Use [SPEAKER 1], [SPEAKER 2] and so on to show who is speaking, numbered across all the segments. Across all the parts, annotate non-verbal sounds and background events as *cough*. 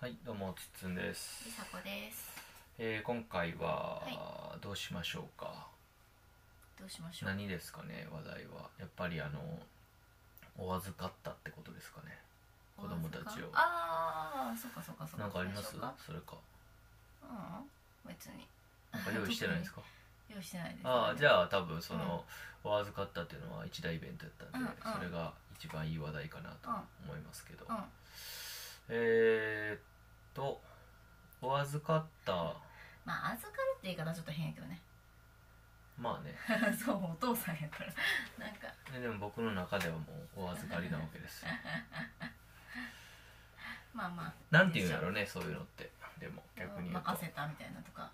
[SPEAKER 1] はい、どうも、つっつんで
[SPEAKER 2] り
[SPEAKER 1] す。
[SPEAKER 2] さこです
[SPEAKER 1] えー今回は
[SPEAKER 2] は
[SPEAKER 1] どうしましょうか。
[SPEAKER 2] どうしましょう
[SPEAKER 1] 何ですかね、話題は。やっぱりあの、お預かったってことですかね。子供たちを
[SPEAKER 2] ああそっかそっかそっか
[SPEAKER 1] なんかあります
[SPEAKER 2] そうでしょうか
[SPEAKER 1] それか。
[SPEAKER 2] うん別に
[SPEAKER 1] なんか用意してないんですか
[SPEAKER 2] 用意してないです、
[SPEAKER 1] ああ、じ
[SPEAKER 2] あ
[SPEAKER 1] ゃあ多分その、お預かったっていうのは一大イベントやったんで、
[SPEAKER 2] うんうん
[SPEAKER 1] それが一番いい話題かなと思いますけど。
[SPEAKER 2] うん
[SPEAKER 1] えーっと、お預かった、
[SPEAKER 2] まあ預かるって言い方はちょっと変やけどね *laughs*
[SPEAKER 1] まあね、
[SPEAKER 2] そうお父さんやから *laughs* なんか
[SPEAKER 1] ででも僕の中ではもうお預かりなわけですよ。
[SPEAKER 2] まあまあ
[SPEAKER 1] なんていうんやろねそういうのってでも逆に言うと
[SPEAKER 2] 任せたみたいなとか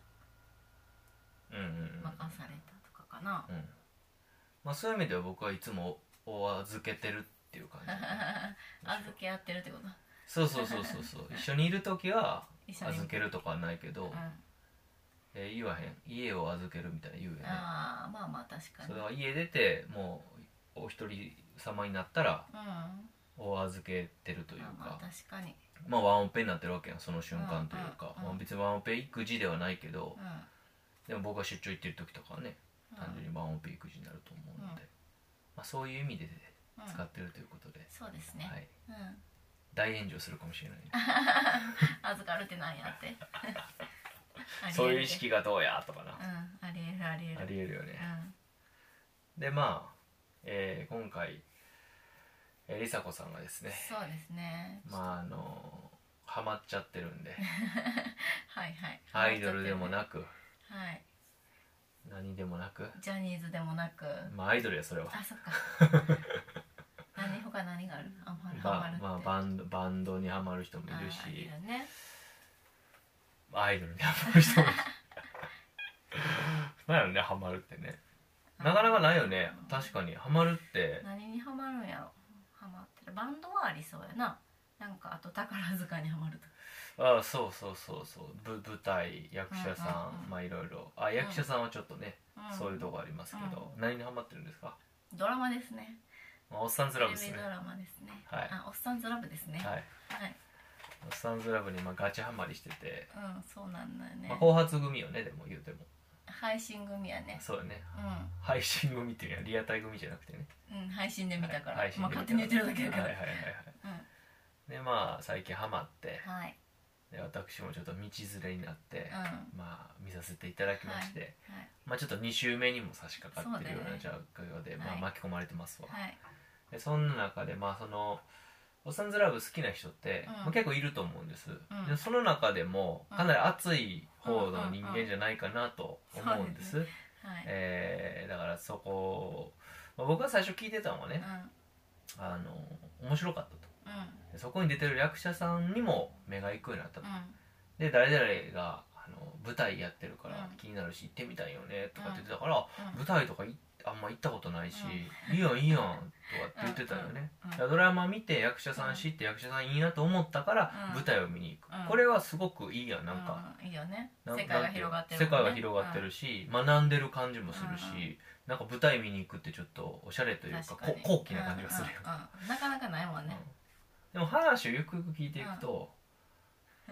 [SPEAKER 1] うんうんうん
[SPEAKER 2] 任されたとかかな
[SPEAKER 1] うんまあそういう意味では僕はいつもお預けてるっていう感
[SPEAKER 2] *laughs*
[SPEAKER 1] じ
[SPEAKER 2] 預け合ってるってこと
[SPEAKER 1] そうそうそうそうそう一緒にいる時は
[SPEAKER 2] 一緒に
[SPEAKER 1] 預けるとかはないけど、
[SPEAKER 2] うん
[SPEAKER 1] えー言わへん家を預けるみたいな言うよね
[SPEAKER 2] ああまあまあ確か
[SPEAKER 1] そ
[SPEAKER 2] に
[SPEAKER 1] れは家出てもうお一人様になったら
[SPEAKER 2] うん
[SPEAKER 1] お預けてるというか、
[SPEAKER 2] まあまあ確かに
[SPEAKER 1] まあワンオペになってるわけやんその瞬間というか、
[SPEAKER 2] うんうんうん
[SPEAKER 1] まあ別にワンオペ育児ではないけど
[SPEAKER 2] う、ん
[SPEAKER 1] でも僕が出張行ってる時とかはね
[SPEAKER 2] うん
[SPEAKER 1] 単純にワンオペ育児になると思うので、
[SPEAKER 2] うん
[SPEAKER 1] まあ、そういう意味で
[SPEAKER 2] うん
[SPEAKER 1] 使ってるということで、
[SPEAKER 2] そうですね、
[SPEAKER 1] はい、
[SPEAKER 2] うん
[SPEAKER 1] 大炎上するかもしれない
[SPEAKER 2] 預かるってなんやって
[SPEAKER 1] *laughs*
[SPEAKER 2] ありえるで
[SPEAKER 1] そういう意識がどうやとかな
[SPEAKER 2] うん、ありえるありえる
[SPEAKER 1] ありえるよ
[SPEAKER 2] う
[SPEAKER 1] ね、
[SPEAKER 2] ん
[SPEAKER 1] でまあ、えー今回えーりさこさんがですね
[SPEAKER 2] そうですね
[SPEAKER 1] まああのーハマっちゃってる
[SPEAKER 2] *laughs*
[SPEAKER 1] んで
[SPEAKER 2] はいはい
[SPEAKER 1] アイドルでも
[SPEAKER 2] く
[SPEAKER 1] なく
[SPEAKER 2] はい
[SPEAKER 1] 何でもなく
[SPEAKER 2] ジャニーズでもなく
[SPEAKER 1] まあアイドルやそれは
[SPEAKER 2] あそっか
[SPEAKER 1] *laughs*
[SPEAKER 2] 何他何があるあんまりハマ
[SPEAKER 1] ば
[SPEAKER 2] るって
[SPEAKER 1] まあ、バンドバンドにハマる人もいる
[SPEAKER 2] あい
[SPEAKER 1] し
[SPEAKER 2] るね
[SPEAKER 1] アイドルにハマる
[SPEAKER 2] *laughs*
[SPEAKER 1] 人もいるなんやろねハマるってねなかなかないよね確かにハマるって
[SPEAKER 2] 何にハマるんやろハマってるバンドはありそうやななんかあと宝塚にハマるとか
[SPEAKER 1] あそうそうそうそうぶ舞台役者さん、
[SPEAKER 2] うんうんうん
[SPEAKER 1] まあいろいろあ役者さんはちょっとね、
[SPEAKER 2] うん
[SPEAKER 1] そういうとこありますけど、何にハマってるんですか、
[SPEAKER 2] ドラマですね
[SPEAKER 1] まあ、おっさんずラブです
[SPEAKER 2] テ
[SPEAKER 1] ね
[SPEAKER 2] レビドラマですね
[SPEAKER 1] はい
[SPEAKER 2] あおっさんずラブですね
[SPEAKER 1] はい
[SPEAKER 2] はい
[SPEAKER 1] おっさんずラブにまあガチハマりしてて、
[SPEAKER 2] うんそうなんだよね
[SPEAKER 1] まあ、後発組よねでも言うても
[SPEAKER 2] 配信組やね
[SPEAKER 1] そうよね
[SPEAKER 2] う
[SPEAKER 1] 配信組っていうのはリアタイ組じゃなくてね
[SPEAKER 2] ん、うん、配信で見たから、
[SPEAKER 1] はい配信
[SPEAKER 2] まあ、
[SPEAKER 1] 組
[SPEAKER 2] 勝手に言ってるだけだから、
[SPEAKER 1] はいはいはいはいでまあ最近ハマって
[SPEAKER 2] うんはい
[SPEAKER 1] で私もちょっと道連れになって
[SPEAKER 2] うん、は
[SPEAKER 1] まあ見させていただきまして、
[SPEAKER 2] い
[SPEAKER 1] まあちょっと2週目にも差し掛かってるような
[SPEAKER 2] そうだ
[SPEAKER 1] 状況で、
[SPEAKER 2] はい
[SPEAKER 1] まあ巻き込まれてますわ、
[SPEAKER 2] はい
[SPEAKER 1] でそんな中でまあそのオサンズラブ好きな人って、
[SPEAKER 2] うん
[SPEAKER 1] まあ、結構いると思うんです、
[SPEAKER 2] うん
[SPEAKER 1] でその中でも
[SPEAKER 2] うん
[SPEAKER 1] かなり熱い方の人間じゃないかなと思うんです,、
[SPEAKER 2] うんはい
[SPEAKER 1] えーだからそこを、まあ僕が最初聞いてたのは
[SPEAKER 2] うん
[SPEAKER 1] ね、あの面白かったと
[SPEAKER 2] うん
[SPEAKER 1] でそこに出てる役者さんにも目が行くようになったと、
[SPEAKER 2] う
[SPEAKER 1] で誰々があの舞台やってるから
[SPEAKER 2] うん
[SPEAKER 1] 気になるし行ってみたいよねとかって言ってたから、
[SPEAKER 2] んうん
[SPEAKER 1] 舞台とかいあんま行ったことないし、いいやんいいやんとかって言ってたよね、
[SPEAKER 2] うんうん
[SPEAKER 1] だからドラマ見て役者さん知って役者さんいいなと思ったから
[SPEAKER 2] うん
[SPEAKER 1] 舞台を見に行く、
[SPEAKER 2] うん
[SPEAKER 1] これはすごくいいやんなんか、、
[SPEAKER 2] うん、いいよね
[SPEAKER 1] な
[SPEAKER 2] 世界が広がってる、
[SPEAKER 1] 世界が広がってるし、学んでる感じもするし、
[SPEAKER 2] うんうん
[SPEAKER 1] なんか舞台見に行くってちょっとおしゃれというか
[SPEAKER 2] 確
[SPEAKER 1] こ
[SPEAKER 2] に
[SPEAKER 1] 高貴な感じがするよ、
[SPEAKER 2] うんうんうんなかなかないもんね、
[SPEAKER 1] うんでも話をゆくゆく聞いていくと、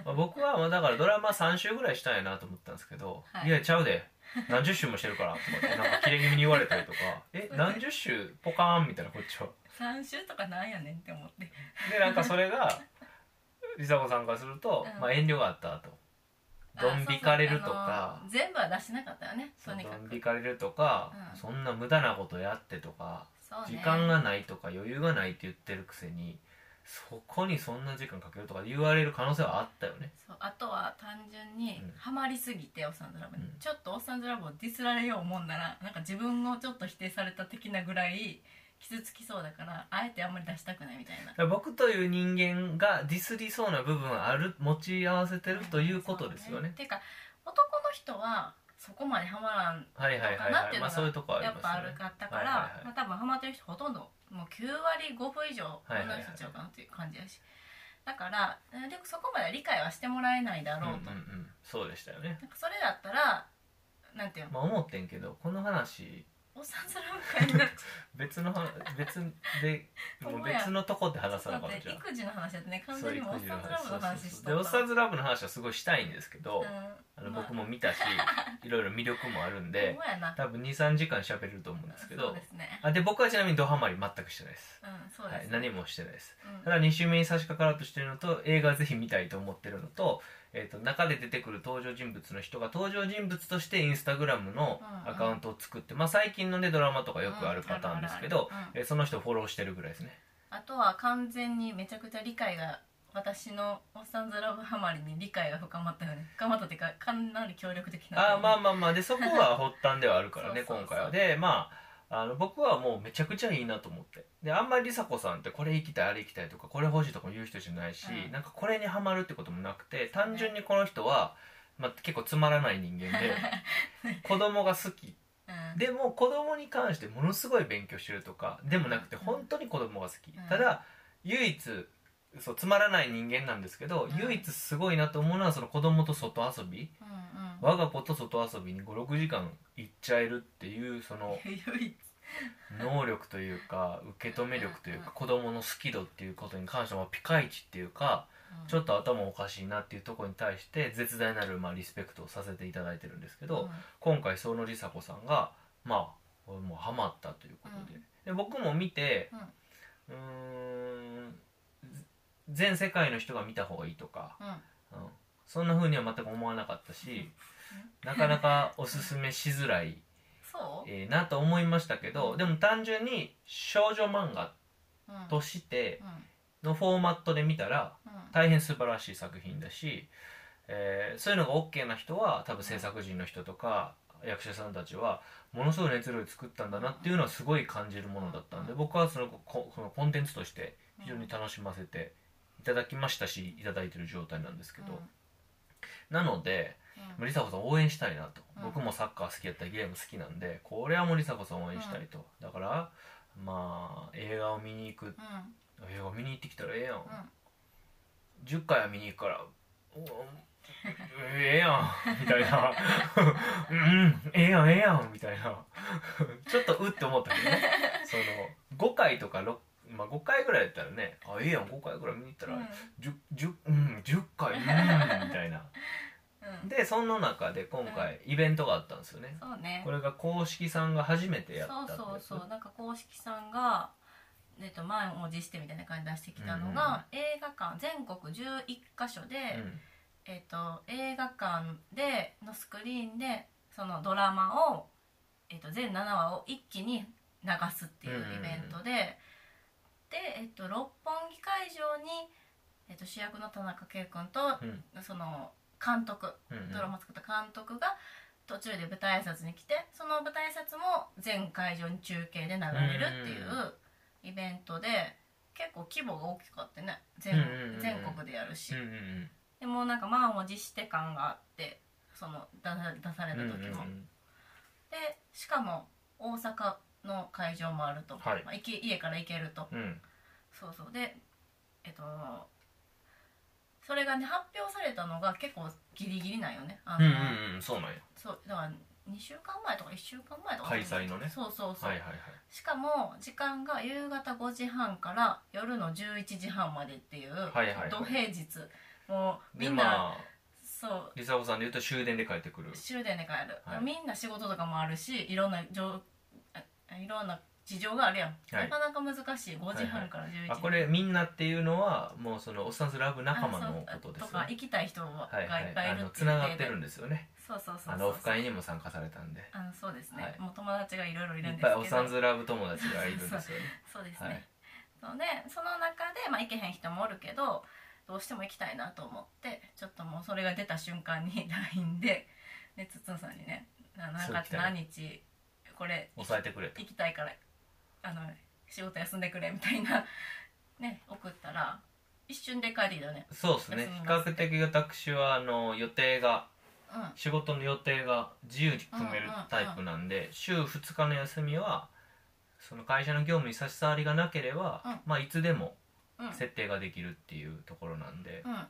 [SPEAKER 1] まあ僕はまあだからドラマ3週ぐらいしたんやなと思ったんですけど「
[SPEAKER 2] はい
[SPEAKER 1] い、やちゃうで何十週もしてるから」とかってなんか切れ気味に言われたり
[SPEAKER 2] *laughs*
[SPEAKER 1] とか「え何十週ポカーン」みたいなこっちは。
[SPEAKER 2] 三週とかなんやねんって思って
[SPEAKER 1] でなんかそれが梨紗子さんからすると、
[SPEAKER 2] うん
[SPEAKER 1] まあ、遠慮があったと。
[SPEAKER 2] あ
[SPEAKER 1] ドン引かれると
[SPEAKER 2] そうそうあ
[SPEAKER 1] か
[SPEAKER 2] の全部は出しなかったよね
[SPEAKER 1] そう
[SPEAKER 2] とに
[SPEAKER 1] ド
[SPEAKER 2] か
[SPEAKER 1] ン
[SPEAKER 2] く
[SPEAKER 1] 引かれるとか、
[SPEAKER 2] うん
[SPEAKER 1] そんな無駄なことやってとか、
[SPEAKER 2] そう
[SPEAKER 1] 時
[SPEAKER 2] ね
[SPEAKER 1] 間がないとか余裕がないって言ってるくせにそこにそんな時間かけるとか言われる可能性はあったよね。
[SPEAKER 2] そうあとは単純に
[SPEAKER 1] うん
[SPEAKER 2] ハマりすぎて、おっさんずラブに、
[SPEAKER 1] うん
[SPEAKER 2] ちょっとおっさんずラブをディスられようもんならなんか自分をちょっと否定された的なぐらい傷つきそうだからあえてあんまり出したくないみたいな
[SPEAKER 1] だから僕という人間がディスりそうな部分ある持ち合わせてるということですよね。
[SPEAKER 2] てか男の人はそこまでハマらん
[SPEAKER 1] はいはいはい
[SPEAKER 2] そうかなっ
[SPEAKER 1] は
[SPEAKER 2] て
[SPEAKER 1] い。
[SPEAKER 2] いう
[SPEAKER 1] ま
[SPEAKER 2] のが
[SPEAKER 1] あそういうとこあり
[SPEAKER 2] やっぱ
[SPEAKER 1] ま
[SPEAKER 2] あ
[SPEAKER 1] すよ
[SPEAKER 2] る
[SPEAKER 1] ね。
[SPEAKER 2] かったから、
[SPEAKER 1] はいはいはい
[SPEAKER 2] まあ、多分ハマってる人ほとんどもう9割5分以上
[SPEAKER 1] いはい
[SPEAKER 2] 女
[SPEAKER 1] はい
[SPEAKER 2] の人ちゃうかなっていう感じやし、だからなるべくそこまで理解はしてもらえないだ
[SPEAKER 1] うんう
[SPEAKER 2] ろ
[SPEAKER 1] ん
[SPEAKER 2] う
[SPEAKER 1] う
[SPEAKER 2] と、
[SPEAKER 1] ん。そうでしたよね。
[SPEAKER 2] なんかそれだったらなんていうの
[SPEAKER 1] まあ思ってんけどこの話
[SPEAKER 2] おさずらん会になっち
[SPEAKER 1] 別
[SPEAKER 2] *laughs*
[SPEAKER 1] の話別でもう別のとこで話さ
[SPEAKER 2] ゃ
[SPEAKER 1] な
[SPEAKER 2] うだ
[SPEAKER 1] か
[SPEAKER 2] っ
[SPEAKER 1] ったじ
[SPEAKER 2] て
[SPEAKER 1] ゃん
[SPEAKER 2] 育児の話だってね完
[SPEAKER 1] そう
[SPEAKER 2] 全に
[SPEAKER 1] 育
[SPEAKER 2] もうおっ
[SPEAKER 1] 児
[SPEAKER 2] さ
[SPEAKER 1] の話そうそ
[SPEAKER 2] んずラブの
[SPEAKER 1] う
[SPEAKER 2] 話し
[SPEAKER 1] そう
[SPEAKER 2] と
[SPEAKER 1] で
[SPEAKER 2] っ
[SPEAKER 1] おったさんずラブの話はすごいしたいんですけど、あ
[SPEAKER 2] う
[SPEAKER 1] の
[SPEAKER 2] ん
[SPEAKER 1] 僕も見
[SPEAKER 2] *laughs*
[SPEAKER 1] たし、いろいろ魅力もあるん
[SPEAKER 2] まあ
[SPEAKER 1] で
[SPEAKER 2] ほんまやな
[SPEAKER 1] 多分23時間喋れると思うんですけ
[SPEAKER 2] そ
[SPEAKER 1] ど
[SPEAKER 2] うですね
[SPEAKER 1] あで僕はちなみにドハマり全くしてないです
[SPEAKER 2] うんそう
[SPEAKER 1] は
[SPEAKER 2] で
[SPEAKER 1] い
[SPEAKER 2] す、
[SPEAKER 1] 何もしてないです
[SPEAKER 2] うん
[SPEAKER 1] ただ2週目に差し掛かろうとしてるのと映画ぜひ見たいと思ってるのと,、えー、と中で出てくる登場人物の人が登場人物としてインスタグラムのアカウントを作って、まあ、最近のねドラマとかよくあるパターンですけど、
[SPEAKER 2] うんあるあるあ
[SPEAKER 1] えーその人をフォローしてるぐらいですね
[SPEAKER 2] あとは完全にめちゃくちゃ理解が私の「おっさんずラブ」ハマりに理解が深まったよね深まったっていうかかなり協力的な、
[SPEAKER 1] あーまあまあまあでそこ
[SPEAKER 2] *laughs*
[SPEAKER 1] は発端ではあるからね
[SPEAKER 2] そうそうそう
[SPEAKER 1] 今回はでまああの僕はもうめちゃくちゃいいなと思ってであんまり梨紗子さんってこれ行きたいあれ行きたいとかこれ欲しいとか言う人じゃないし、
[SPEAKER 2] うん
[SPEAKER 1] なんかこれにはまるってこともなくて単純にこの人は、まあ、結構つまらない人間で *laughs* 子供が好き
[SPEAKER 2] うん、
[SPEAKER 1] でも子供に関してものすごい勉強してるとかでもなくて
[SPEAKER 2] うん
[SPEAKER 1] 本当に子供が好き、
[SPEAKER 2] うん
[SPEAKER 1] ただ唯一そうつまらない人間なんですけど、
[SPEAKER 2] うん
[SPEAKER 1] 唯一すごいなと思うのはその子供と外遊び、
[SPEAKER 2] うんうん
[SPEAKER 1] 我が子と外遊びに56時間行っちゃえるっていうその
[SPEAKER 2] 唯一
[SPEAKER 1] 能力というか受け止め力という
[SPEAKER 2] うんう
[SPEAKER 1] か子供の好き度っていうことに関してはピカイチっていうかちょ
[SPEAKER 2] っ
[SPEAKER 1] っと頭おかしいなっていうところに対して絶大なるまあリスペクトをさせていただいてるんですけど今回そのりさ子さんがまあもうハマったということでで僕も見てうーん全世界の人が見た方がいいとか
[SPEAKER 2] うん、うん
[SPEAKER 1] うんそんな風には全く思わなかったしなかなかおすすめしづらい、
[SPEAKER 2] そう、
[SPEAKER 1] えーなと思いましたけどでも単純に少女漫画
[SPEAKER 2] うん、
[SPEAKER 1] として
[SPEAKER 2] うん
[SPEAKER 1] のフォーマットで見たら
[SPEAKER 2] うん
[SPEAKER 1] 大変素晴らしい作品だし、えーそういうのが OK な人は多分制作人の人とか役者さんたちはものすごい熱量で作ったんだなっていうのはすごい感じるものだったんで僕はそのここのコンテンツとして非常に楽しませていただきましたしいただいてる状態なんですけど、なので
[SPEAKER 2] うん
[SPEAKER 1] りさこさん応援したいなと、
[SPEAKER 2] うん
[SPEAKER 1] 僕もサッカー好きやったりゲーム好きなんでこれはもうりさこさん応援したいと、だからまあ映画を見に行く
[SPEAKER 2] うんうん
[SPEAKER 1] 映画見に行ってきたらええやん、
[SPEAKER 2] うん
[SPEAKER 1] 10回は見に行くからおええやん *laughs* みたいなうんええやんええやんみたいな *laughs* ちょっとうって思ったけどねその5回とか6まあ5回ぐらいやったらねあええやん5回ぐらい見に行ったら、10, 10うん10回うんみたいな
[SPEAKER 2] うん
[SPEAKER 1] でその中で今回イベントがあったんですよね、
[SPEAKER 2] そうね
[SPEAKER 1] これが公式さんが初めてやった
[SPEAKER 2] そ
[SPEAKER 1] ん
[SPEAKER 2] う
[SPEAKER 1] です
[SPEAKER 2] そうそうなんか公式さんが、えっと、前を持してみたいな感じで出してきたのが、映画館全国11か所で、
[SPEAKER 1] うん
[SPEAKER 2] えっと、映画館でのスクリーンでそのドラマを、えっと、全7話を一気に流すっていうイベントで、で、えっと、六本木会場に、えっと、主役の田中圭君と
[SPEAKER 1] うん
[SPEAKER 2] その監督
[SPEAKER 1] うんうん
[SPEAKER 2] ドラマ作った監督が途中で舞台挨拶に来てその舞台挨拶も全会場に中継で流れるっていうイベントで結構規模が大きかってね全
[SPEAKER 1] うんうんうん
[SPEAKER 2] 全国でやるし
[SPEAKER 1] うんうん
[SPEAKER 2] でもなんか満を持して感があってその出さ出された
[SPEAKER 1] うんうん
[SPEAKER 2] 時も
[SPEAKER 1] う。ん
[SPEAKER 2] でしかも大阪の会場もあると、
[SPEAKER 1] はい
[SPEAKER 2] まあ行け家から行けると
[SPEAKER 1] うんうん
[SPEAKER 2] そうそうでえっとそれがね発表されたのが結構ギリギリなんよねあ
[SPEAKER 1] う
[SPEAKER 2] の、
[SPEAKER 1] んうんうんそうなんや
[SPEAKER 2] そうだから2週間前とか1週間前とか
[SPEAKER 1] 開催のね
[SPEAKER 2] そうそうそう、
[SPEAKER 1] はいはいはい
[SPEAKER 2] しかも時間が夕方5時半から夜の11時半までっていう、
[SPEAKER 1] はいはいはい
[SPEAKER 2] 土平日もうみ
[SPEAKER 1] で
[SPEAKER 2] んな、
[SPEAKER 1] まあ
[SPEAKER 2] そう
[SPEAKER 1] りさこさんで言うと終電で帰ってくる
[SPEAKER 2] 終電で帰る、
[SPEAKER 1] はい
[SPEAKER 2] みんな仕事とかもあるしいろんな情あいろんな事情があるやん、
[SPEAKER 1] はい
[SPEAKER 2] なかなか難しい5時半から11時、
[SPEAKER 1] あこれみんなっていうのはもうそのおっさんずラブ仲間のことです
[SPEAKER 2] あそうと
[SPEAKER 1] よ
[SPEAKER 2] か
[SPEAKER 1] ね
[SPEAKER 2] 行きたい人が
[SPEAKER 1] はいいは
[SPEAKER 2] っぱいい
[SPEAKER 1] いあ
[SPEAKER 2] る
[SPEAKER 1] の
[SPEAKER 2] って
[SPEAKER 1] つ
[SPEAKER 2] いう
[SPEAKER 1] な
[SPEAKER 2] 体
[SPEAKER 1] がって
[SPEAKER 2] で
[SPEAKER 1] るんですよね
[SPEAKER 2] そうそうそうそう
[SPEAKER 1] あのオフ会にも参加されたんで
[SPEAKER 2] あのそうですね、
[SPEAKER 1] はい
[SPEAKER 2] もう友達がいろいろい
[SPEAKER 1] い
[SPEAKER 2] るん
[SPEAKER 1] っ
[SPEAKER 2] ですけ
[SPEAKER 1] ぱい
[SPEAKER 2] ど
[SPEAKER 1] おっさんずラブ友達がいるんですよね
[SPEAKER 2] そうです
[SPEAKER 1] はい
[SPEAKER 2] ね、そうでその中で、まあ、行けへん人もおるけどどうしても行きたいなと思ってちょっともうそれが出た瞬間に *laughs* LINE ででつっつんさんにね「ななん
[SPEAKER 1] そう
[SPEAKER 2] か
[SPEAKER 1] 来たよ
[SPEAKER 2] 何日これ行き
[SPEAKER 1] 抑えてくれと
[SPEAKER 2] 行きたいからあの仕事休んでくれ」みたいな *laughs* ね送ったら一瞬で帰ってきたよね
[SPEAKER 1] そうですね比較的私はあの予定が
[SPEAKER 2] うんうん
[SPEAKER 1] 仕事の予定が自由に組めるタイプなんで、週2日の休みはその会社の業務に差し障りがなければ、
[SPEAKER 2] うん
[SPEAKER 1] まあ、いつでも
[SPEAKER 2] うん
[SPEAKER 1] 設定ができるっていうところなんで、
[SPEAKER 2] うん
[SPEAKER 1] ま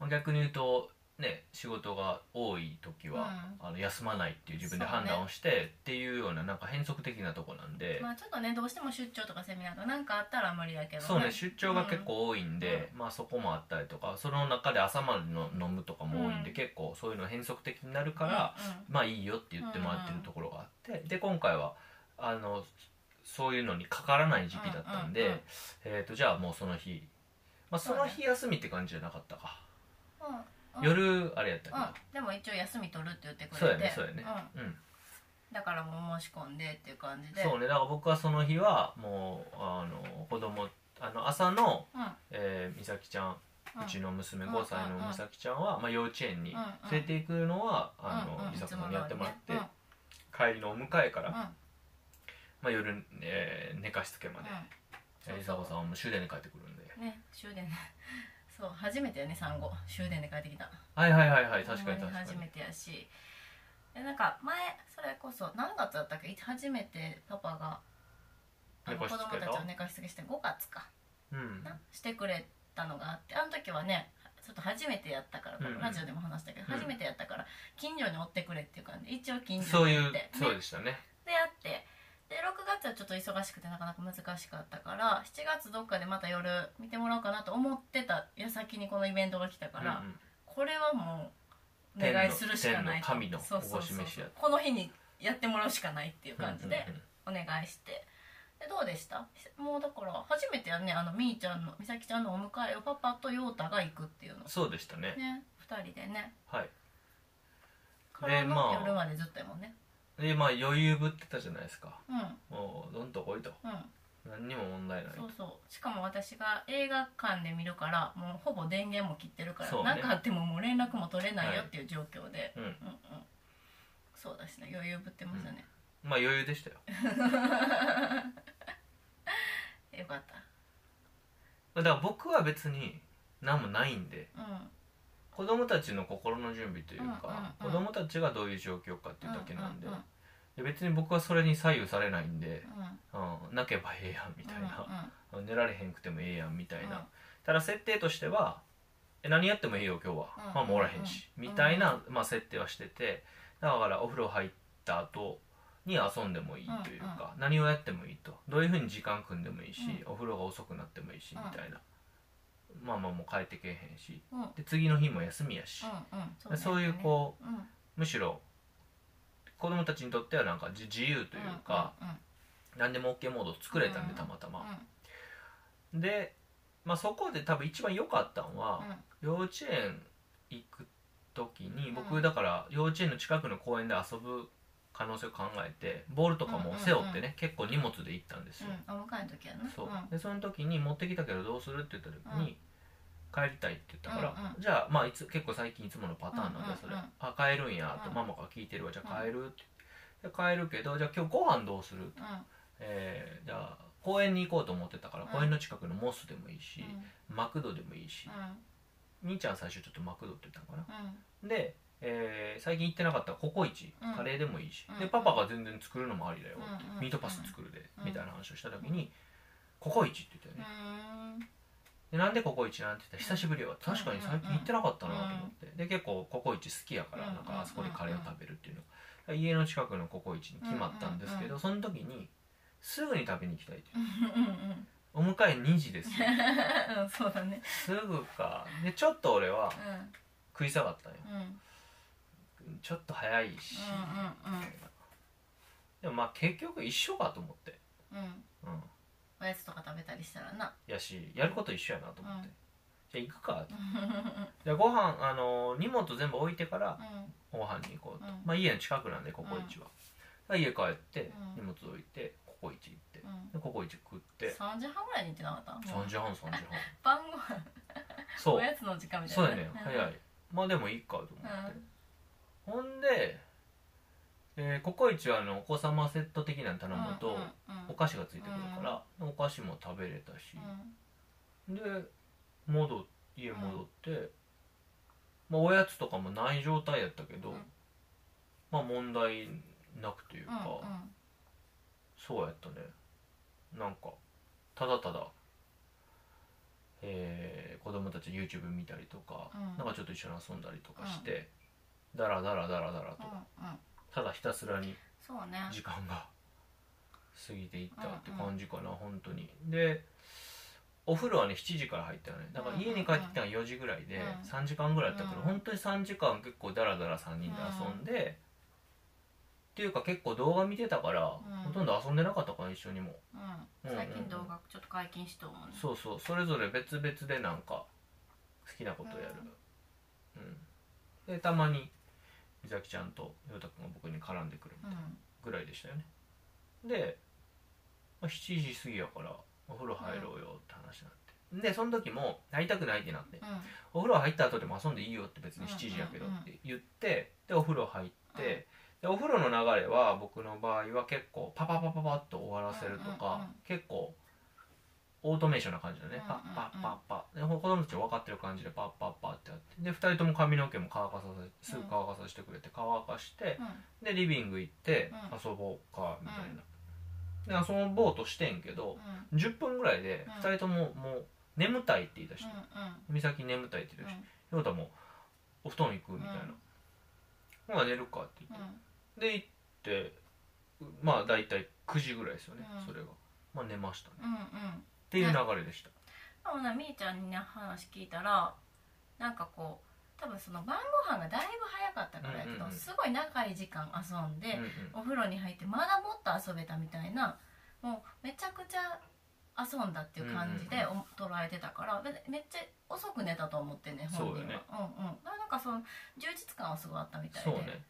[SPEAKER 1] あ逆に言うとね仕事が多い時は、あの休まないっていう自分で
[SPEAKER 2] そう
[SPEAKER 1] 判
[SPEAKER 2] ね
[SPEAKER 1] 断をして、っていうようななんか変則的なとこなんで、
[SPEAKER 2] まあちょっとねどうしても出張とかセミナーとかなんかあったら無理だけど
[SPEAKER 1] そうね出張が結構多いんで、まあそこもあったりとかその中で朝までの飲むとかも多いんで、
[SPEAKER 2] うん
[SPEAKER 1] 結構そういうの変則的になるから、、まあいいよって言ってもらってるところがあって、で今回はあのそういうのにかからない時期だったんで、
[SPEAKER 2] うんうんうん
[SPEAKER 1] えー、とじゃあもうその日、まあ、その
[SPEAKER 2] そ
[SPEAKER 1] 日休みって感じじゃなかったか、
[SPEAKER 2] うんうんうん
[SPEAKER 1] 夜あれやった
[SPEAKER 2] う
[SPEAKER 1] か
[SPEAKER 2] ん
[SPEAKER 1] な、
[SPEAKER 2] でも一応休み取るって言ってくれて
[SPEAKER 1] そうやねそうやね
[SPEAKER 2] ん
[SPEAKER 1] うん、
[SPEAKER 2] だからもう申し込んでっていう感じで
[SPEAKER 1] そうねだから僕はその日はもうあの子供あの朝の、
[SPEAKER 2] うん
[SPEAKER 1] えー美咲ちゃん
[SPEAKER 2] うん
[SPEAKER 1] うちの娘
[SPEAKER 2] うん
[SPEAKER 1] 5歳の美咲ちゃんは、まあ、幼稚園に連れて行くのは、あの、
[SPEAKER 2] うんうん
[SPEAKER 1] 美咲
[SPEAKER 2] いつ
[SPEAKER 1] さんにやってもらって、
[SPEAKER 2] のよ
[SPEAKER 1] 帰りのお迎えから、
[SPEAKER 2] うにね
[SPEAKER 1] まあ、夜、えー寝かしつけまで
[SPEAKER 2] うん、うん
[SPEAKER 1] 梨紗子さんはもう終電で帰ってくるんで
[SPEAKER 2] うんね終電 *laughs* そう初めてやね産後終電で帰ってきた
[SPEAKER 1] はいはいはいはい確かに
[SPEAKER 2] ほ
[SPEAKER 1] 確
[SPEAKER 2] んま
[SPEAKER 1] かに
[SPEAKER 2] 初めてやしでなんか前それこそ何月だったっけい初めてパパがあ
[SPEAKER 1] 寝
[SPEAKER 2] の子
[SPEAKER 1] かしつ
[SPEAKER 2] 供
[SPEAKER 1] けた
[SPEAKER 2] たちを寝かしつけして5月か
[SPEAKER 1] うん
[SPEAKER 2] なしてくれたのがあってあの時はねちょっと初めてやったから、
[SPEAKER 1] うんうん
[SPEAKER 2] ラジオでも話したけど、
[SPEAKER 1] うん
[SPEAKER 2] 初めてやったから近所に追ってくれっていう感じで一応近
[SPEAKER 1] そ
[SPEAKER 2] 所
[SPEAKER 1] う
[SPEAKER 2] に
[SPEAKER 1] い
[SPEAKER 2] 追
[SPEAKER 1] う
[SPEAKER 2] って、
[SPEAKER 1] そうでしたね
[SPEAKER 2] であってで6月はちょっと忙しくてなかなか難しかったから7月どっかでまた夜見てもらおうかなと思ってた矢先にこのイベントが来たから、
[SPEAKER 1] うんうん
[SPEAKER 2] これはもうお
[SPEAKER 1] 天の
[SPEAKER 2] 願いするしかない
[SPEAKER 1] 天の神の
[SPEAKER 2] そうそうそう
[SPEAKER 1] お示しや
[SPEAKER 2] この日にやってもらうしかないっていう感じで
[SPEAKER 1] うんうん
[SPEAKER 2] お願いして。でどうでしたもうだから初めてやねあのみーちゃんのみさきちゃんのお迎えをパパと陽太が行くっていうの
[SPEAKER 1] うんそうでしたね
[SPEAKER 2] ね二人でね
[SPEAKER 1] はい
[SPEAKER 2] から
[SPEAKER 1] ま
[SPEAKER 2] の
[SPEAKER 1] あ
[SPEAKER 2] 夜までずっとやもんね
[SPEAKER 1] でまあ余裕ぶってたじゃないですか
[SPEAKER 2] うん
[SPEAKER 1] もうどんとこいと
[SPEAKER 2] うん
[SPEAKER 1] 何にも問題ない
[SPEAKER 2] そうそうしかも私が映画館で見るからもうほぼ電源も切ってるから
[SPEAKER 1] そうね
[SPEAKER 2] 何、なんかあってももう連絡も取れないよっていう状況で、
[SPEAKER 1] うん
[SPEAKER 2] うんうんそうだしね余裕ぶってましたね、
[SPEAKER 1] まあ余裕でしたよ
[SPEAKER 2] よかった
[SPEAKER 1] だから僕は別に何もないんで
[SPEAKER 2] うん
[SPEAKER 1] 子供たちの心の準備というか、
[SPEAKER 2] うんうんうん
[SPEAKER 1] 子供たちがどういう状況かっていうだけなんで,、
[SPEAKER 2] うんうん
[SPEAKER 1] で別に僕はそれに左右されないんで、
[SPEAKER 2] うんうん
[SPEAKER 1] うん、泣けばええやんみたいな、
[SPEAKER 2] う
[SPEAKER 1] 寝られへんくてもええやんみたいな、
[SPEAKER 2] うん
[SPEAKER 1] ただ設定としては「え何やってもいいよ今日は、
[SPEAKER 2] うん
[SPEAKER 1] まあもうおらへんし」
[SPEAKER 2] うん
[SPEAKER 1] みたいな、まあ、設定はしててだからお風呂入った後に遊んでもいいというか、何をやってもいいとどういうふうに時間組んでもいいし、お風呂が遅くなってもいいし、
[SPEAKER 2] うん
[SPEAKER 1] みたいなまあまあもう帰ってけえへんし
[SPEAKER 2] んうんうん
[SPEAKER 1] で次の日も休みやし、
[SPEAKER 2] うん
[SPEAKER 1] で
[SPEAKER 2] ん
[SPEAKER 1] そういうこ
[SPEAKER 2] うんうん
[SPEAKER 1] うむしろ子供たちにとってはなんか自自由というか、
[SPEAKER 2] うんうん
[SPEAKER 1] 何でも OK モードを作れたんで
[SPEAKER 2] うん
[SPEAKER 1] たまたま、
[SPEAKER 2] う
[SPEAKER 1] で、まあ、そこで多分一番良かったのは
[SPEAKER 2] ん、うん
[SPEAKER 1] 幼稚園行く時に
[SPEAKER 2] う
[SPEAKER 1] 僕
[SPEAKER 2] ん
[SPEAKER 1] だから幼稚園の近くの公園で遊ぶ可能性を考えてボールとかも背負ってね、
[SPEAKER 2] うんうん
[SPEAKER 1] 結構荷物で行ったんですよ、
[SPEAKER 2] うんお迎えの時やな
[SPEAKER 1] そう
[SPEAKER 2] うん
[SPEAKER 1] でその時に持ってきたけどどうするって言った時に、帰りたいって言ったから、
[SPEAKER 2] うんうん
[SPEAKER 1] じゃあまあいつ結構最近いつものパターンなん
[SPEAKER 2] うんうんう
[SPEAKER 1] で
[SPEAKER 2] ん
[SPEAKER 1] それ、あ帰るんやと、
[SPEAKER 2] うん
[SPEAKER 1] ママから聞いてるわじゃあ帰るって、で帰るけどじゃあ今日ご飯どうする、
[SPEAKER 2] うん
[SPEAKER 1] えーじゃあ公園に行こうと思ってたから、
[SPEAKER 2] うん
[SPEAKER 1] 公園の近くのモスでもいいし、
[SPEAKER 2] うん
[SPEAKER 1] マクドでもいいし、
[SPEAKER 2] う
[SPEAKER 1] 兄ちゃん最初ちょっとマクドって言ったのかな、
[SPEAKER 2] ん
[SPEAKER 1] で、えー最近行ってなかったココイチ、
[SPEAKER 2] うん
[SPEAKER 1] カレーでもいいし、
[SPEAKER 2] うん
[SPEAKER 1] でパパが全然作るのもありだよって、
[SPEAKER 2] うんうん
[SPEAKER 1] ミートパス作るで、
[SPEAKER 2] うん
[SPEAKER 1] みたいな話をした時に、ココイチって言った
[SPEAKER 2] う
[SPEAKER 1] よね、
[SPEAKER 2] んうん
[SPEAKER 1] でなんでココイチなんて言ったら久しぶりよ確かに最近行ってなかったなと思って、で結構ココイチ好きやから
[SPEAKER 2] うん
[SPEAKER 1] なんかあそこでカレーを食べるっていうの、家の近くのココイチに決まったんですけど、
[SPEAKER 2] うんうんう
[SPEAKER 1] その時にすぐに食べに行きたいって
[SPEAKER 2] うんうん
[SPEAKER 1] お迎え2時ですよ
[SPEAKER 2] うん *laughs* そうだね
[SPEAKER 1] すぐかでちょっと俺は
[SPEAKER 2] う
[SPEAKER 1] 食い下がったんよ
[SPEAKER 2] んうん
[SPEAKER 1] ちょっと早いし、
[SPEAKER 2] うんうんうん
[SPEAKER 1] でもまあ結局一緒かと思って、
[SPEAKER 2] うん
[SPEAKER 1] うん、
[SPEAKER 2] おやつとか食べたりしたらな
[SPEAKER 1] やしやること一緒やなと思って、
[SPEAKER 2] うん
[SPEAKER 1] じゃあ行くかって
[SPEAKER 2] う
[SPEAKER 1] じゃあご飯あのー荷物全部置いてから
[SPEAKER 2] ん
[SPEAKER 1] ご飯に行こうと、
[SPEAKER 2] うん
[SPEAKER 1] まあ家の近くなんでココイチは、だから家帰って
[SPEAKER 2] う
[SPEAKER 1] 荷
[SPEAKER 2] ん
[SPEAKER 1] 物置いてココイチ行って
[SPEAKER 2] うん
[SPEAKER 1] でココイチ食って
[SPEAKER 2] 3時半ぐらいに行ってなかった
[SPEAKER 1] 3時半3時半
[SPEAKER 2] 晩ご飯
[SPEAKER 1] そ
[SPEAKER 2] お
[SPEAKER 1] う
[SPEAKER 2] やつの時間みたい
[SPEAKER 1] そ
[SPEAKER 2] な
[SPEAKER 1] うやね早いまあでもいいかと思って、ほんで、えーココイチはあのお子様セット的なの頼むと、
[SPEAKER 2] うんうん
[SPEAKER 1] お菓子がついてくるから、お菓子も食べれたし、で戻っ家戻って、まあ、おやつとかもない状態やったけど、
[SPEAKER 2] うん
[SPEAKER 1] まあ問題なくというか、
[SPEAKER 2] う
[SPEAKER 1] そうやったねなんかただただ、えー子供たち YouTube 見たりとか、
[SPEAKER 2] うん
[SPEAKER 1] なんかちょっと一緒に遊んだりとかして、だらだらだらだらと、
[SPEAKER 2] うんうん
[SPEAKER 1] ただひたすらに
[SPEAKER 2] そうね
[SPEAKER 1] 時間が過ぎていったって感じかな、本当にでお風呂はね7時から入ったよねだから家に帰ってきたのが4時ぐらいで、
[SPEAKER 2] うん
[SPEAKER 1] 3時間ぐらいやったけど、
[SPEAKER 2] うん
[SPEAKER 1] 本当に3時間結構ダラダラ3人で遊んで、っていうか結構動画見てたから、
[SPEAKER 2] うん
[SPEAKER 1] ほとんど遊んでなかったから一緒にも
[SPEAKER 2] う
[SPEAKER 1] うん
[SPEAKER 2] ん最
[SPEAKER 1] うんう
[SPEAKER 2] 近
[SPEAKER 1] ん
[SPEAKER 2] 動画ちょっと解禁しと思うね
[SPEAKER 1] そうそうそれぞれ別々でなんか好きなことやるうん、でたまに美咲ちゃんと陽太くんが僕に絡んでくる
[SPEAKER 2] うん
[SPEAKER 1] ぐらいでしたよねで、まあ、7時過ぎやからお風呂入ろうよって話になってでその時も入りたくないってなって
[SPEAKER 2] うん
[SPEAKER 1] お風呂入った後でも遊んでいいよって別に7時やけど
[SPEAKER 2] うんうんうん
[SPEAKER 1] って言ってでお風呂入ってでお風呂の流れは僕の場合は結構パパパパパッと終わらせると
[SPEAKER 2] うんうんう
[SPEAKER 1] か
[SPEAKER 2] ん
[SPEAKER 1] 結構オートメーションな感じだね
[SPEAKER 2] うんうん
[SPEAKER 1] パ
[SPEAKER 2] うん
[SPEAKER 1] ッパッパッパッで子供たちは分かってる感じでパッパッパッってやってで2人とも髪の毛も乾かさせすぐ乾かさせてくれて乾かして
[SPEAKER 2] う
[SPEAKER 1] でリビング行って
[SPEAKER 2] うん
[SPEAKER 1] 遊ぼうかみたいなで遊ぼうとしてんけど
[SPEAKER 2] んうん
[SPEAKER 1] 10分ぐらいで
[SPEAKER 2] うん
[SPEAKER 1] 2人とももう眠たいって言い出して
[SPEAKER 2] う
[SPEAKER 1] 美咲眠たいって言い出して
[SPEAKER 2] んうん
[SPEAKER 1] ヨウタも「お布団行く?」みたいな
[SPEAKER 2] うん
[SPEAKER 1] 「ほな寝るか」って言
[SPEAKER 2] う
[SPEAKER 1] っ
[SPEAKER 2] ん
[SPEAKER 1] てで行ってまあ大体9時ぐらいですよね、
[SPEAKER 2] うん
[SPEAKER 1] それがまあ寝ましたね
[SPEAKER 2] うんうん
[SPEAKER 1] っていう流れでした、
[SPEAKER 2] でもなみーちゃんにね話聞いたらなんかこう多分その晩ご飯がだいぶ早かったからやけど、
[SPEAKER 1] うんうんうん
[SPEAKER 2] すごい長い時間遊ん
[SPEAKER 1] う
[SPEAKER 2] で
[SPEAKER 1] ん、うん
[SPEAKER 2] お風呂に入ってまだもっと遊べたみたいなもうめちゃくちゃ遊んだっていう感じで
[SPEAKER 1] う
[SPEAKER 2] お捉えてたからめめっちゃ遅く寝たと思ってね本人
[SPEAKER 1] そううだ
[SPEAKER 2] は
[SPEAKER 1] ね
[SPEAKER 2] んうんだからなんかその充実感はすごいあったみたいで
[SPEAKER 1] そうね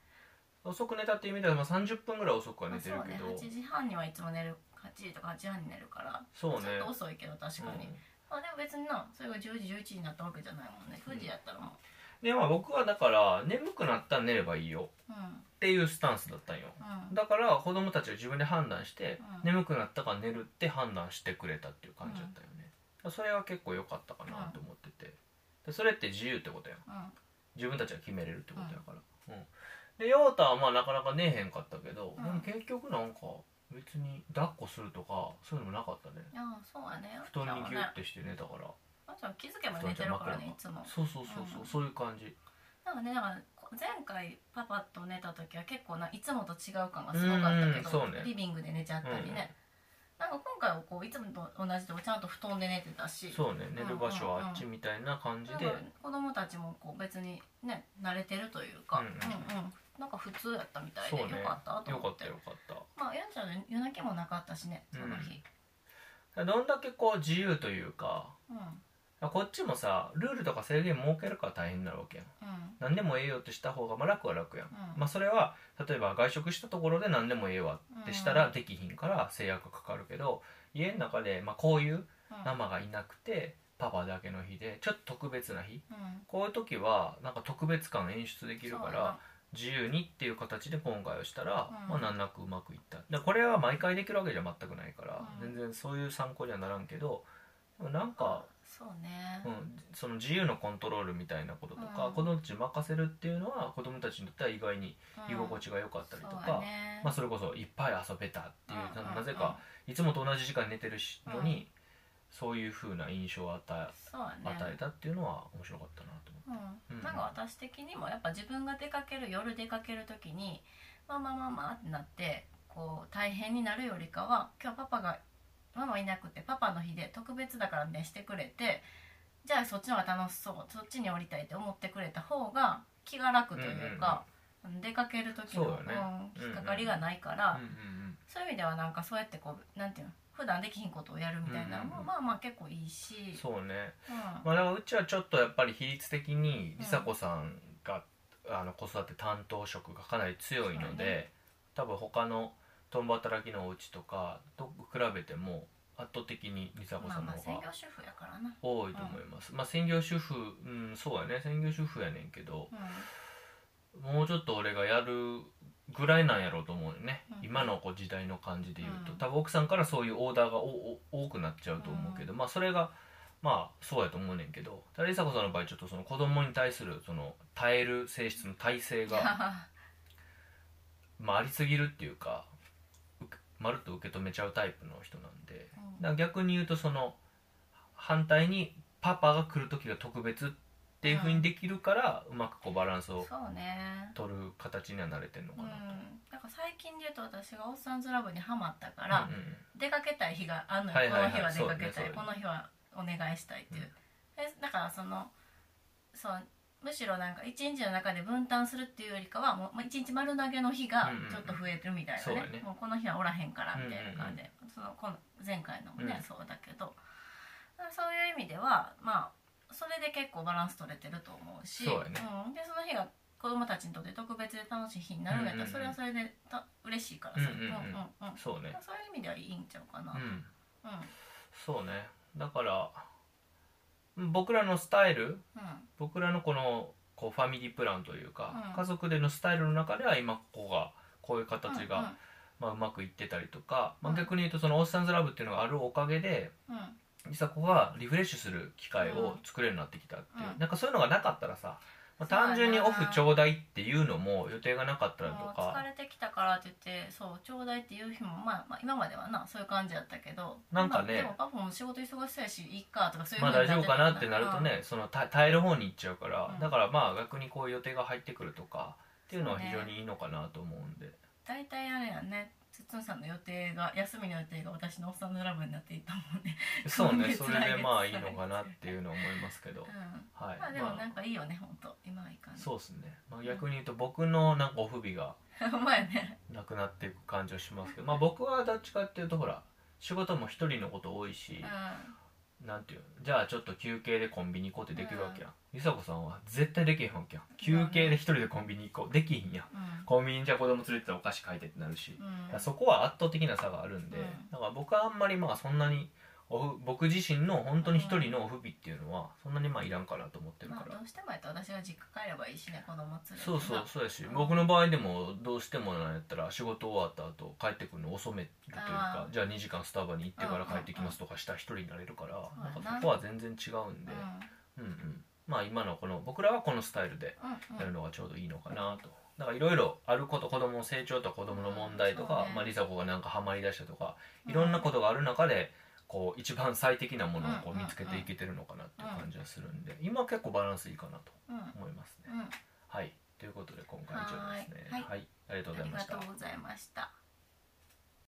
[SPEAKER 1] 遅く寝たっていう意味では、まあ、30分ぐらい遅くは
[SPEAKER 2] ま
[SPEAKER 1] 寝て
[SPEAKER 2] あそう
[SPEAKER 1] るけ
[SPEAKER 2] ね
[SPEAKER 1] ど、
[SPEAKER 2] 8時半にはいつも寝る8時とか8時半に寝るから
[SPEAKER 1] そうね
[SPEAKER 2] ちょっと遅いけど確かに、
[SPEAKER 1] うん
[SPEAKER 2] まあでも別になそれが10時11時になったわけじゃないもんね9時やったらもう
[SPEAKER 1] でまあ僕はだから眠くなったら寝ればいいよ
[SPEAKER 2] うん
[SPEAKER 1] っていうスタンスだったんよ
[SPEAKER 2] うん
[SPEAKER 1] だから子供たちは自分で判断して、
[SPEAKER 2] うん
[SPEAKER 1] 眠くなったから寝るって判断してくれたっていう感じだったよね、それは結構良かったかなと思ってて、でそれって自由ってことやん
[SPEAKER 2] うん
[SPEAKER 1] 自分たちが決めれるってことやから、うんで陽太はまあなかなか寝えへんかったけど、
[SPEAKER 2] うん
[SPEAKER 1] でも結局なんか別に抱っこするとかそういうのもなかったね
[SPEAKER 2] いやそうやね
[SPEAKER 1] 布団にギュッ
[SPEAKER 2] ね
[SPEAKER 1] てして寝たから、
[SPEAKER 2] あちゃん気づけば寝てるからねいつも
[SPEAKER 1] そうそうそうそう、
[SPEAKER 2] うん
[SPEAKER 1] そういう感じ
[SPEAKER 2] なんかねだからこ前回パパと寝た時は結構ないつもと違う感がすごかったけど、
[SPEAKER 1] うんうんそうね
[SPEAKER 2] リビングで寝ちゃったりね、なんか今回はこういつもと同じでちゃんと布団で寝てたし
[SPEAKER 1] そうね寝る場所はあっちみたいな感じ
[SPEAKER 2] なん
[SPEAKER 1] で、
[SPEAKER 2] か子供たちもこう別にね慣れてるというか、
[SPEAKER 1] うんうん
[SPEAKER 2] うんなんか普通やったみたい
[SPEAKER 1] そ
[SPEAKER 2] で、
[SPEAKER 1] うね
[SPEAKER 2] よかったと
[SPEAKER 1] よか
[SPEAKER 2] 思っ
[SPEAKER 1] ってたよかった
[SPEAKER 2] まあやんちゃんの夜泣きもなかったしねその日、
[SPEAKER 1] どんだけこう自由というか
[SPEAKER 2] うんうん
[SPEAKER 1] こっちもさルールとか制限設けるから大変になるわけやん何でもええよってした方がまあ楽は楽やん、
[SPEAKER 2] うん
[SPEAKER 1] まあそれは例えば外食したところで何でもええわってしたらできひんから制約かかるけど、家の中で、まあ、こういう
[SPEAKER 2] うん
[SPEAKER 1] ママがいなくてパパだけの日でちょっと特別な日
[SPEAKER 2] うん
[SPEAKER 1] こういう時はなんか特別感演出できるか
[SPEAKER 2] そうや
[SPEAKER 1] ら
[SPEAKER 2] な
[SPEAKER 1] 自由にっていう形で今回をしたら、
[SPEAKER 2] うん
[SPEAKER 1] まあ難なくうまくいったでこれは毎回できるわけじゃ全くないから、
[SPEAKER 2] うん
[SPEAKER 1] 全然そういう参考にはならんけどでもなんか、
[SPEAKER 2] そうね、
[SPEAKER 1] うん、その自由のコントロールみたいなこととか、
[SPEAKER 2] うん
[SPEAKER 1] 子供たちに任せるっていうのは子供たちにとっては意外に居心
[SPEAKER 2] 地
[SPEAKER 1] 地が良かったりとか、
[SPEAKER 2] そうやね
[SPEAKER 1] まあ、それこそいっぱい遊べたっていう、
[SPEAKER 2] うんうん
[SPEAKER 1] ななぜかいつもと同じ時間に寝てるし
[SPEAKER 2] うん
[SPEAKER 1] のに、そういう風な印象を与え
[SPEAKER 2] そうやね
[SPEAKER 1] 与えたっていうのは面白かったなと思
[SPEAKER 2] う
[SPEAKER 1] うん
[SPEAKER 2] ん、なんか私的にもやっぱ自分が出かける夜出かける時にまあまあまあまあってなってこう大変になるよりかは今日パパがママいなくてパパの日で特別だからねしてくれてじゃあそっちの方が楽しそうそっちに降りたいって思ってくれた方が気が楽というか、出かける時の
[SPEAKER 1] そうよね
[SPEAKER 2] うん引っかかりがないから、
[SPEAKER 1] うんうん
[SPEAKER 2] そういう意味ではなんかそうやってこうなんていうの普段できひんことをやるみたい
[SPEAKER 1] うんう
[SPEAKER 2] なの
[SPEAKER 1] んう
[SPEAKER 2] も
[SPEAKER 1] ん
[SPEAKER 2] まあまあ結構いいし。
[SPEAKER 1] うん、そうね
[SPEAKER 2] うん
[SPEAKER 1] まあ、だからうちはちょっとやっぱり比率的に梨紗子さんが、あの子育て担当職がかなり強いので、
[SPEAKER 2] そう
[SPEAKER 1] 多分他の共働きのお家とかと比べても圧倒的に梨紗子
[SPEAKER 2] ま
[SPEAKER 1] さ
[SPEAKER 2] あ
[SPEAKER 1] んの
[SPEAKER 2] まあ専
[SPEAKER 1] 方
[SPEAKER 2] 業
[SPEAKER 1] が
[SPEAKER 2] 主婦やからな。
[SPEAKER 1] 多いと思います、まあ専業主婦うんそうやね専業主婦やねんけど
[SPEAKER 2] う
[SPEAKER 1] もうちょっと俺がやるぐらいなんやろうと思うよね、
[SPEAKER 2] うん
[SPEAKER 1] 今のこう時代の感じで言うと、
[SPEAKER 2] うん
[SPEAKER 1] 多分奥さんからそういうオーダーがおお多くなっちゃうと思うけど、まあそれがまあそうやと思うねんけどただ梨紗子さんの場合ちょっとその子供に対するその耐える性質の耐性
[SPEAKER 2] ん。 *laughs*
[SPEAKER 1] がまあありすぎるっていうかうけまるっと受け止めちゃうタイプの人なんで、
[SPEAKER 2] うん
[SPEAKER 1] だから逆に言うとその反対にパパが来る時が特別っていうふうにできるから、うまくこうバランスを
[SPEAKER 2] そうね
[SPEAKER 1] 取る形には慣れてるの
[SPEAKER 2] う
[SPEAKER 1] か
[SPEAKER 2] ん
[SPEAKER 1] なと。
[SPEAKER 2] なんか最近で言うと私が「オッサンズラブ」にハマったから、
[SPEAKER 1] うんうん
[SPEAKER 2] 出かけたい日があるのよ、
[SPEAKER 1] はいはいはい
[SPEAKER 2] この日は出かけたい、
[SPEAKER 1] そうねそうね
[SPEAKER 2] この日はお願いしたいっていう、
[SPEAKER 1] うん
[SPEAKER 2] でだからそのそうむしろなんか一日の中で分担するっていうよりかはもうもう一日丸投げの日が
[SPEAKER 1] うんうんうん
[SPEAKER 2] ちょっと増えてるみたいなね,、
[SPEAKER 1] そうだね
[SPEAKER 2] もうこの日はおらへんからみたいな感じで、そのこの前回のもね、
[SPEAKER 1] うん
[SPEAKER 2] そうだけどだからそういう意味ではまあそれで結構バランス取れてると思うし
[SPEAKER 1] そうやね
[SPEAKER 2] ん、でその日が子供たちにとって特別で楽しい日になるんやったら、
[SPEAKER 1] うんうんうん
[SPEAKER 2] それはそれでた嬉しいからさ、
[SPEAKER 1] うんうんうん
[SPEAKER 2] うん
[SPEAKER 1] そうね。
[SPEAKER 2] そういう意味ではいいんちゃうかな。
[SPEAKER 1] う
[SPEAKER 2] うん。
[SPEAKER 1] ん。そうね。だから僕らのスタイル、
[SPEAKER 2] う
[SPEAKER 1] 僕らのこのこうファミリープランというか、
[SPEAKER 2] うん
[SPEAKER 1] 家族でのスタイルの中では今ここがこういう形
[SPEAKER 2] ん。
[SPEAKER 1] が、まあ、うまくいってたりとか、まあ、
[SPEAKER 2] うん
[SPEAKER 1] 逆に言うとその「オッサンズラブ」っていうのがあるおかげで
[SPEAKER 2] うん。うん。
[SPEAKER 1] 実はここがリフレッシュする機会を作れるようになってきたっていう、
[SPEAKER 2] うん
[SPEAKER 1] なんかそういうのがなかったらさ、まあ、
[SPEAKER 2] そうやな
[SPEAKER 1] 単純にオフちょうだいっていうのも予定がなかったらと
[SPEAKER 2] もう
[SPEAKER 1] か
[SPEAKER 2] 疲れてきたからって言って、そう、ちょうだいっていう日も、まあ、まあ、今まではな、そういう感じだったけど。
[SPEAKER 1] なんかね
[SPEAKER 2] まあでも、パパも仕事忙しそうやし、いっかとか、そういう
[SPEAKER 1] まあ大
[SPEAKER 2] 風にな
[SPEAKER 1] 丈夫
[SPEAKER 2] って
[SPEAKER 1] か
[SPEAKER 2] た
[SPEAKER 1] なってなると。ね、そのた耐える方に行っちゃうから、
[SPEAKER 2] うん
[SPEAKER 1] だからまあ逆にこういう予定が入ってくるとかっていうのは非常にいいのかなと思うん
[SPEAKER 2] *laughs*
[SPEAKER 1] で、
[SPEAKER 2] 大体あれやね。つっつんさんの予定が休みの予定が私のおっさんのラブになっていったもんね。
[SPEAKER 1] そう
[SPEAKER 2] 今
[SPEAKER 1] ね
[SPEAKER 2] 月
[SPEAKER 1] それでまあいいのかな
[SPEAKER 2] 来
[SPEAKER 1] っ
[SPEAKER 2] 月
[SPEAKER 1] ていうのは思いますけど、
[SPEAKER 2] うん。
[SPEAKER 1] はい
[SPEAKER 2] まあでもなんかいいよね、ほんと。今はいい感じ。 *laughs*
[SPEAKER 1] そうですね、まあ、逆に言うと僕のなんかオフ日が
[SPEAKER 2] う。まいね。
[SPEAKER 1] なくなっていく感じはしますけど、まあ、僕はどっちかっていうとほら仕事も一人のこと多いし
[SPEAKER 2] うん。、
[SPEAKER 1] なんていうのじゃあちょっと休憩でコンビニ行こうってできるわけやん、梨紗子さんは絶対できへんわけやん休憩で一人でコンビニ行こうできひんやん
[SPEAKER 2] うん。
[SPEAKER 1] コンビニじゃ子供連れてたらお菓子買いてってなるし、
[SPEAKER 2] うん
[SPEAKER 1] だからそこは圧倒的な差があるんで、
[SPEAKER 2] うん
[SPEAKER 1] だから僕はあんまりまあそんなにオフ僕自身の本当に一人のオフ日っていうのはそんなにまあいらんかなと思ってるか
[SPEAKER 2] まあ、
[SPEAKER 1] ら
[SPEAKER 2] ど、うしてもやったら私が実家帰ればいいしね、子供連れてな。
[SPEAKER 1] そうそうそうやし、
[SPEAKER 2] うん
[SPEAKER 1] 僕の場合でもどうしてもなんやったら仕事終わった後帰ってくるの遅めるというか
[SPEAKER 2] あー
[SPEAKER 1] じゃあ2時間スタバに行ってから帰ってきますとかしたら一人になれるから、
[SPEAKER 2] そうやな
[SPEAKER 1] なんかそこは全然違うんで、
[SPEAKER 2] うん。
[SPEAKER 1] うんうんまあ今のこの僕らはこのスタイルで
[SPEAKER 2] うんうん
[SPEAKER 1] やるのがちょうどいいのかなと。だからいろいろあること子供の成長とか子供の問題と
[SPEAKER 2] うん
[SPEAKER 1] か、
[SPEAKER 2] そうね
[SPEAKER 1] まあ、梨紗子がなんかハマりだしたとか
[SPEAKER 2] うん
[SPEAKER 1] いろんなことがある中でこう一番最適なものをこ
[SPEAKER 2] う
[SPEAKER 1] うん
[SPEAKER 2] うん
[SPEAKER 1] 見つけていけてるのかなっていう感じはするんで今結構バランスいいかなと
[SPEAKER 2] うん
[SPEAKER 1] 思いますね。
[SPEAKER 2] うん、あ
[SPEAKER 1] はい、ということで今回以上ですね。
[SPEAKER 2] はーい
[SPEAKER 1] はい、ありがとうござい
[SPEAKER 2] り
[SPEAKER 1] ま
[SPEAKER 2] が
[SPEAKER 1] し
[SPEAKER 2] と
[SPEAKER 1] た
[SPEAKER 2] う。ございました。